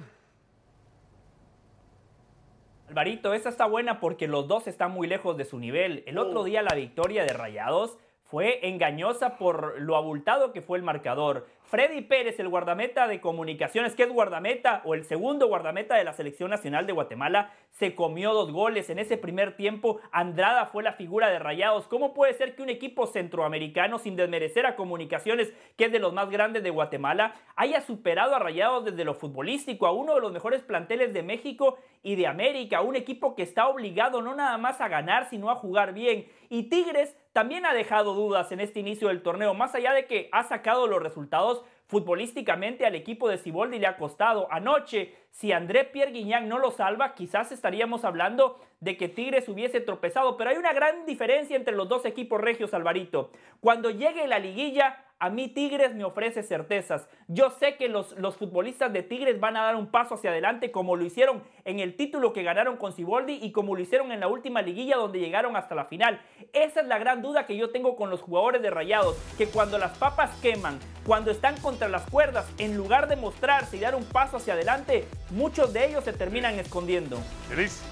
Alvarito, esa está buena porque los dos están muy lejos de su nivel. El Oh. otro día la victoria de Rayados fue engañosa por lo abultado que fue el marcador. Freddy Pérez, el guardameta de comunicaciones, que es guardameta o el segundo guardameta de la Selección Nacional de Guatemala, se comió dos goles. En ese primer tiempo, Andrada fue la figura de Rayados. ¿Cómo puede ser que un equipo centroamericano, sin desmerecer a comunicaciones, que es de los más grandes de Guatemala, haya superado a Rayados desde lo futbolístico, a uno de los mejores planteles de México y de América, un equipo que está obligado no nada más a ganar, sino a jugar bien. Y Tigres también ha dejado dudas en este inicio del torneo, más allá de que ha sacado los resultados futbolísticamente al equipo de Ciboldi le ha costado. Anoche, si André Pierre Guignac no lo salva, quizás estaríamos hablando de que Tigres hubiese tropezado, pero hay una gran diferencia entre los dos equipos regios, Alvarito. Cuando llegue la liguilla, a mí Tigres me ofrece certezas. Yo sé que los, los futbolistas de Tigres van a dar un paso hacia adelante como lo hicieron en el título que ganaron con Ciboldi y como lo hicieron en la última liguilla donde llegaron hasta la final. Esa es la gran duda que yo tengo con los jugadores de Rayados, que cuando las papas queman, cuando están contra las cuerdas, en lugar de mostrarse y dar un paso hacia adelante, muchos de ellos se terminan escondiendo. Feliz.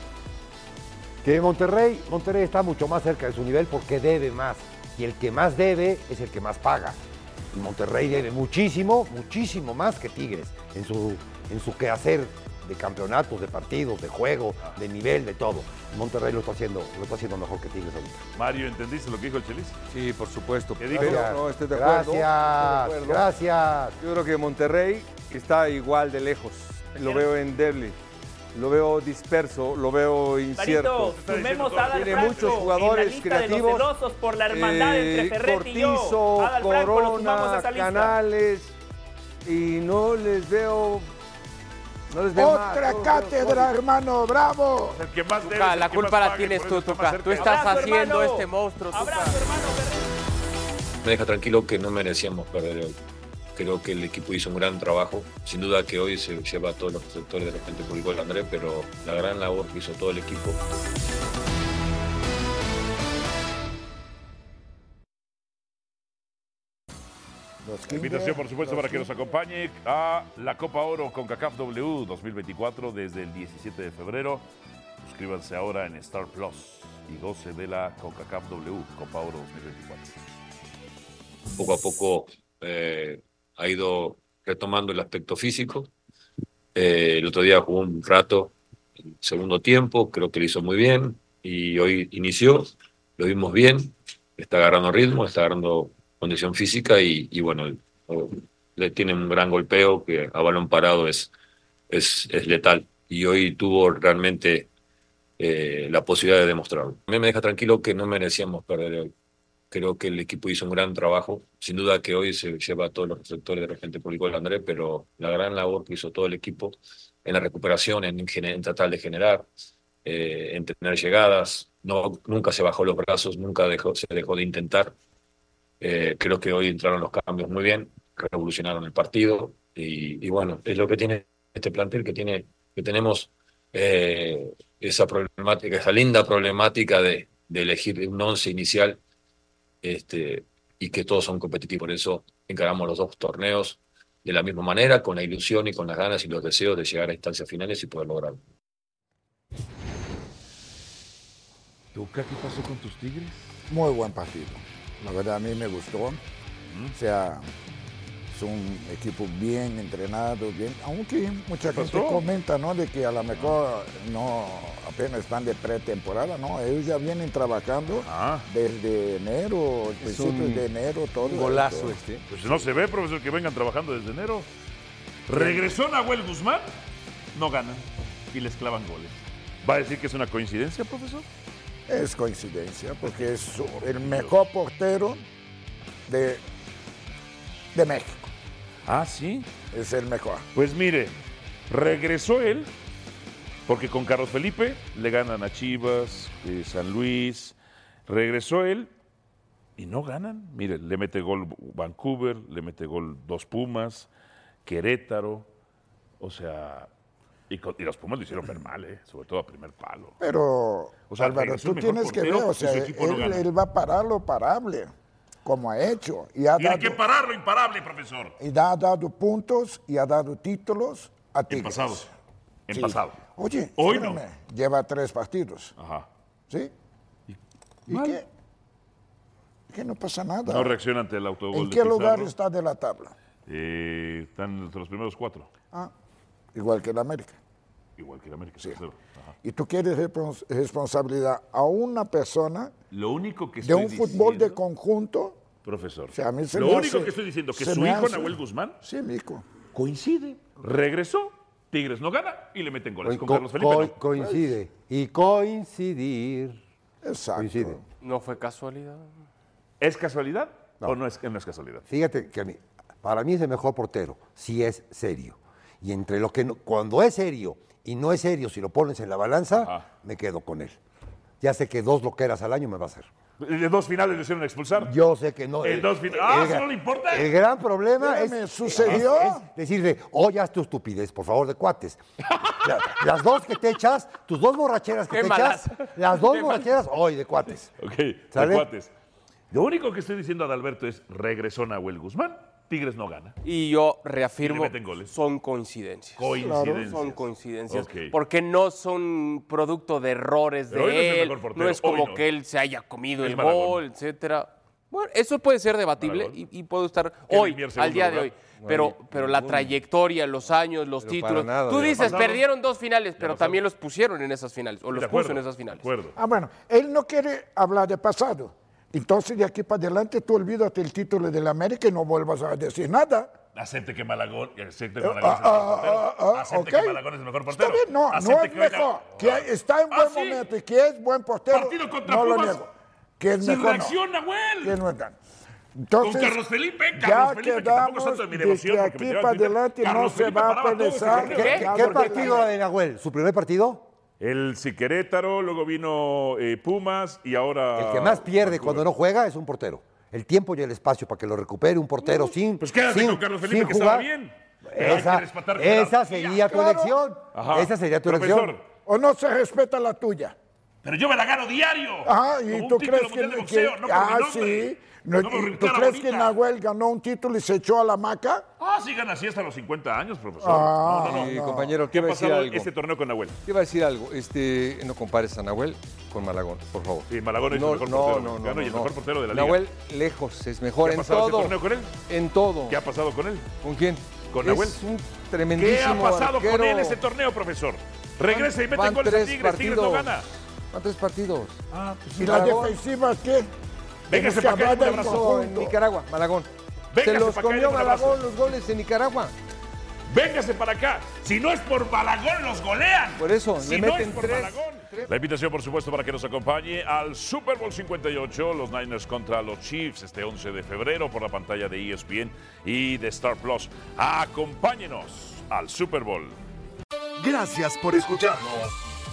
Que Monterrey, Monterrey está mucho más cerca de su nivel porque debe más. Y el que más debe es el que más paga. Y Monterrey debe muchísimo, muchísimo más que Tigres en su, en su quehacer de campeonatos, de partidos, de juego, de nivel, de todo. Monterrey lo está haciendo, lo está haciendo mejor que Tigres ahorita. Mario, ¿entendiste lo que dijo el Chelis? Sí, por supuesto. Eh, ¿Qué dijo? Pero no, estoy de acuerdo. Gracias, estoy de acuerdo. gracias. Yo creo que Monterrey está igual de lejos. Lo veo en Derli. Lo veo disperso, lo veo Marito, incierto. sumemos a Adal Tiene Franco muchos en la jugadores lista de creativos. los celosos por la hermandad entre Eh, Ferretti y yo. Cortizo, Adal Franco lo sumamos a Corona, esa lista. Canales. Y no les veo Otra cátedra, hermano, bravo. El que más Tuca, la culpa la tienes tú, Tuca. Tú estás haciendo este monstruo, Tuca. me deja tranquilo que no merecíamos perder hoy. Creo que el equipo hizo un gran trabajo. Sin duda que hoy se lleva a todos los sectores de repente publicó el Andrés, pero la gran labor que hizo todo el equipo. este La invitación, por supuesto, los para que nos acompañe a la Copa Oro con CACAF W 2024 desde el 17 de febrero. Suscríbanse ahora en Star Plus y goce de la CONCACAF W Copa Oro 2024. Poco a poco eh, ha ido retomando el aspecto físico. Eh, el otro día jugó un rato en segundo tiempo, creo que lo hizo muy bien y hoy inició, lo vimos bien, está agarrando ritmo, está agarrando condición física y, y bueno, o- le tiene un gran golpeo que a balón parado es, es, es letal y hoy tuvo realmente eh, la posibilidad de demostrarlo. A mí me deja tranquilo que no merecíamos perder hoy. Creo que el equipo hizo un gran trabajo. Sin duda que hoy se lleva a todos los sectores de repente publicó el Andrés, pero la gran labor que hizo todo el equipo en la recuperación, en, gener- en tratar de generar, eh, en tener llegadas. No, nunca se bajó los brazos, nunca dejó, se dejó de intentar. Eh, creo que hoy entraron los cambios muy bien, revolucionaron el partido y, y bueno, es lo que tiene este plantel que tiene que tenemos eh, esa problemática, esa linda problemática de, de elegir un once inicial este, y que todos son competitivos. Por eso encaramos los dos torneos de la misma manera, con la ilusión y con las ganas y los deseos de llegar a instancias finales y poder lograrlo. Tuca, ¿qué pasó con tus Tigres? Muy buen partido. La verdad a mí me gustó. O sea, es un equipo bien entrenado, bien. Aunque mucha gente pasó? comenta, ¿no? De que a lo mejor no apenas están de pretemporada, ¿no? Ellos ya vienen trabajando desde enero, principios Ah. un- de enero, todo. esto. Pues no se ve, profesor, que vengan trabajando desde enero. Regresó Nahuel Guzmán, no ganan y les clavan goles. ¿Va a decir que es una coincidencia, profesor? Es coincidencia, porque es el mejor portero de, de México. Ah, sí. Es el mejor. Pues mire, regresó él, porque con Carlos Felipe le ganan a Chivas, eh, San Luis. Regresó él y no ganan. Mire, le mete gol Vancouver, le mete gol dos Pumas, Querétaro. O sea, y, con- y los Pumas lo hicieron ver mal, eh, sobre todo a primer palo. Pero, O sea, Álvaro, regresó tú el mejor tienes que ver, portero o y su sea, equipo no él, gana. él va a parar lo parable, como ha hecho. Y ha, Tiene dado, que parar lo imparable, profesor. y da- ha dado puntos y ha dado títulos a En Tigres. pasado. En Sí. pasado. Oye, Hoy no. espérame, lleva tres partidos. Ajá. ¿Sí? ¿Y, qué? Que no pasa nada. No reacciona ante el autogol. ¿En de qué lugar Pizarro. está de la tabla? Eh, están entre los primeros cuatro. Ah, igual que el América. Igual que el América. tercero. Ajá. Y tú quieres respons- responsabilidad a una persona Lo único que de estoy un fútbol de conjunto. diciendo, profesor, O sea, a mí se lo me único hace- que estoy diciendo que se su me hijo hace- Nahuel Guzmán Sí, mi hijo. coincide, regresó, Tigres no gana y le meten goles con Co- Carlos Felipe. co- no. Coincide. Y coincidir. Exacto. Coincide. No fue casualidad. ¿Es casualidad o no es, no es casualidad? Fíjate que a mí- para mí es el mejor portero, si es serio. Y entre lo que no- cuando es serio y no es serio, si lo pones en la balanza, me quedo con él. Ya sé que dos loqueras al año me va a hacer. En dos finales lo hicieron expulsar. Yo sé que no. eh, En el- dos finales. el- ¡Ah, el- eso no le importa! El gran problema es, Espérame, ¿sucedió? es- es decirle, oye, haz tu estupidez, por favor, de cuates. La- las dos que te echas, tus dos borracheras que Qué te malas. echas, las dos Qué malas. borracheras, oye, de cuates. Ok, ¿Sale? de cuates. Lo único que estoy diciendo a Adalberto es regresó Nahuel Guzmán, Tigres no gana. Y yo reafirmo, Y le meten goles. son coincidencias. Coincidencias. Son coincidencias. Ok. Porque no son producto de errores Pero hoy no es de el él. mejor portero, No es como hoy no. que él se haya comido Es el Malagón. gol, etcétera. Bueno, eso puede ser debatible y, y puedo estar Kevin hoy, Mier, segundo al día de lugar. hoy. Pero, Güey, pero la ninguno. trayectoria, los años, los Pero títulos. para nada, Tú ya dices, pasado. perdieron dos finales, pero pasado. también los pusieron en esas finales, o los De acuerdo, puso en esas finales. De acuerdo. Ah, bueno, él no quiere hablar de pasado. Entonces, de aquí para adelante, tú olvídate el título del América y no vuelvas a decir nada. Acepte que Malagón, acepte que Ah, Malagón es el mejor ah, ah, portero. ah, acepte ok. que Malagón es el mejor Está portero. bien, no, no Acepte es que hoy la- Ah. mejor. Que está en buen momento y que es buen portero. Partido contra no lo Pumas. niego. Que es Sin mejor, no. reacción, Nahuel. Que no es tan- Entonces, con Carlos Felipe, ya Carlos Felipe, que tampoco es quedamos tanto de mi de devoción. que porque me aquí lleva para el Twitter. adelante no Carlos se Felipe va a paraba todo ese penalizar. torneo. ¿eh? que- que- partido era de Nahuel? ¿Su primer partido? El Siquerétaro, luego vino eh, Pumas y ahora. El que más pierde cuando no juega es un portero. El tiempo y el espacio para que lo recupere un portero sin. Pues Quédate sin, con Carlos Felipe, sin que estaba jugar. bien. Pero hay que Esa, respetar esa jerarquía. sería tu Claro. elección. Ajá. Esa sería tu Profesor, elección. O no se respeta la tuya. Pero yo me la gano diario. Ah, Como ¿y un tú título crees que, mundial de que- boxeo, no por mi ah, nombre. sí? No, No por mi ¿y ¿Tú cara crees bonita. que Nahuel ganó un título y se echó a la maca? Ah, sigan así hasta los 50 años, profesor. Ah, no, no, no. Sí, compañero, ¿qué te ha iba a decir pasado algo. este torneo con Nahuel? Te iba a decir algo, este, no compares a Nahuel con Malagón, por favor. Sí, Malagón es el no, mejor no, portero no, mexicano no, y el no. mejor portero de la liga. Nahuel, lejos, es mejor ¿Qué ha en pasado este todo. torneo con él? En todo. ¿Qué ha pasado con él? ¿Con quién? ¿Con Nahuel? Es un ¿Qué ha tremendísimo pasado arquero. con él ese torneo, profesor? Regresa y mete Van goles a tres Tigres, Tigres no partidos. gana. Van tres partidos. Ah, pues ¿Y la defensiva qué? Venga, Tenemos se que hablar del en conjunto. Nicaragua, Malagón. Véngase se los pa' acá y comió dame un abrazo. Malagón los goles en Nicaragua. Véngase para acá. Si no es por Balagón, los golean. Por eso, Si le no meten es por tres. Malagón. La invitación, por supuesto, para que nos acompañe al Super Bowl 58, los Niners contra los Chiefs, este 11 de febrero, por la pantalla de E ESPN y de Star Plus. Acompáñenos al Super Bowl. Gracias por escucharnos.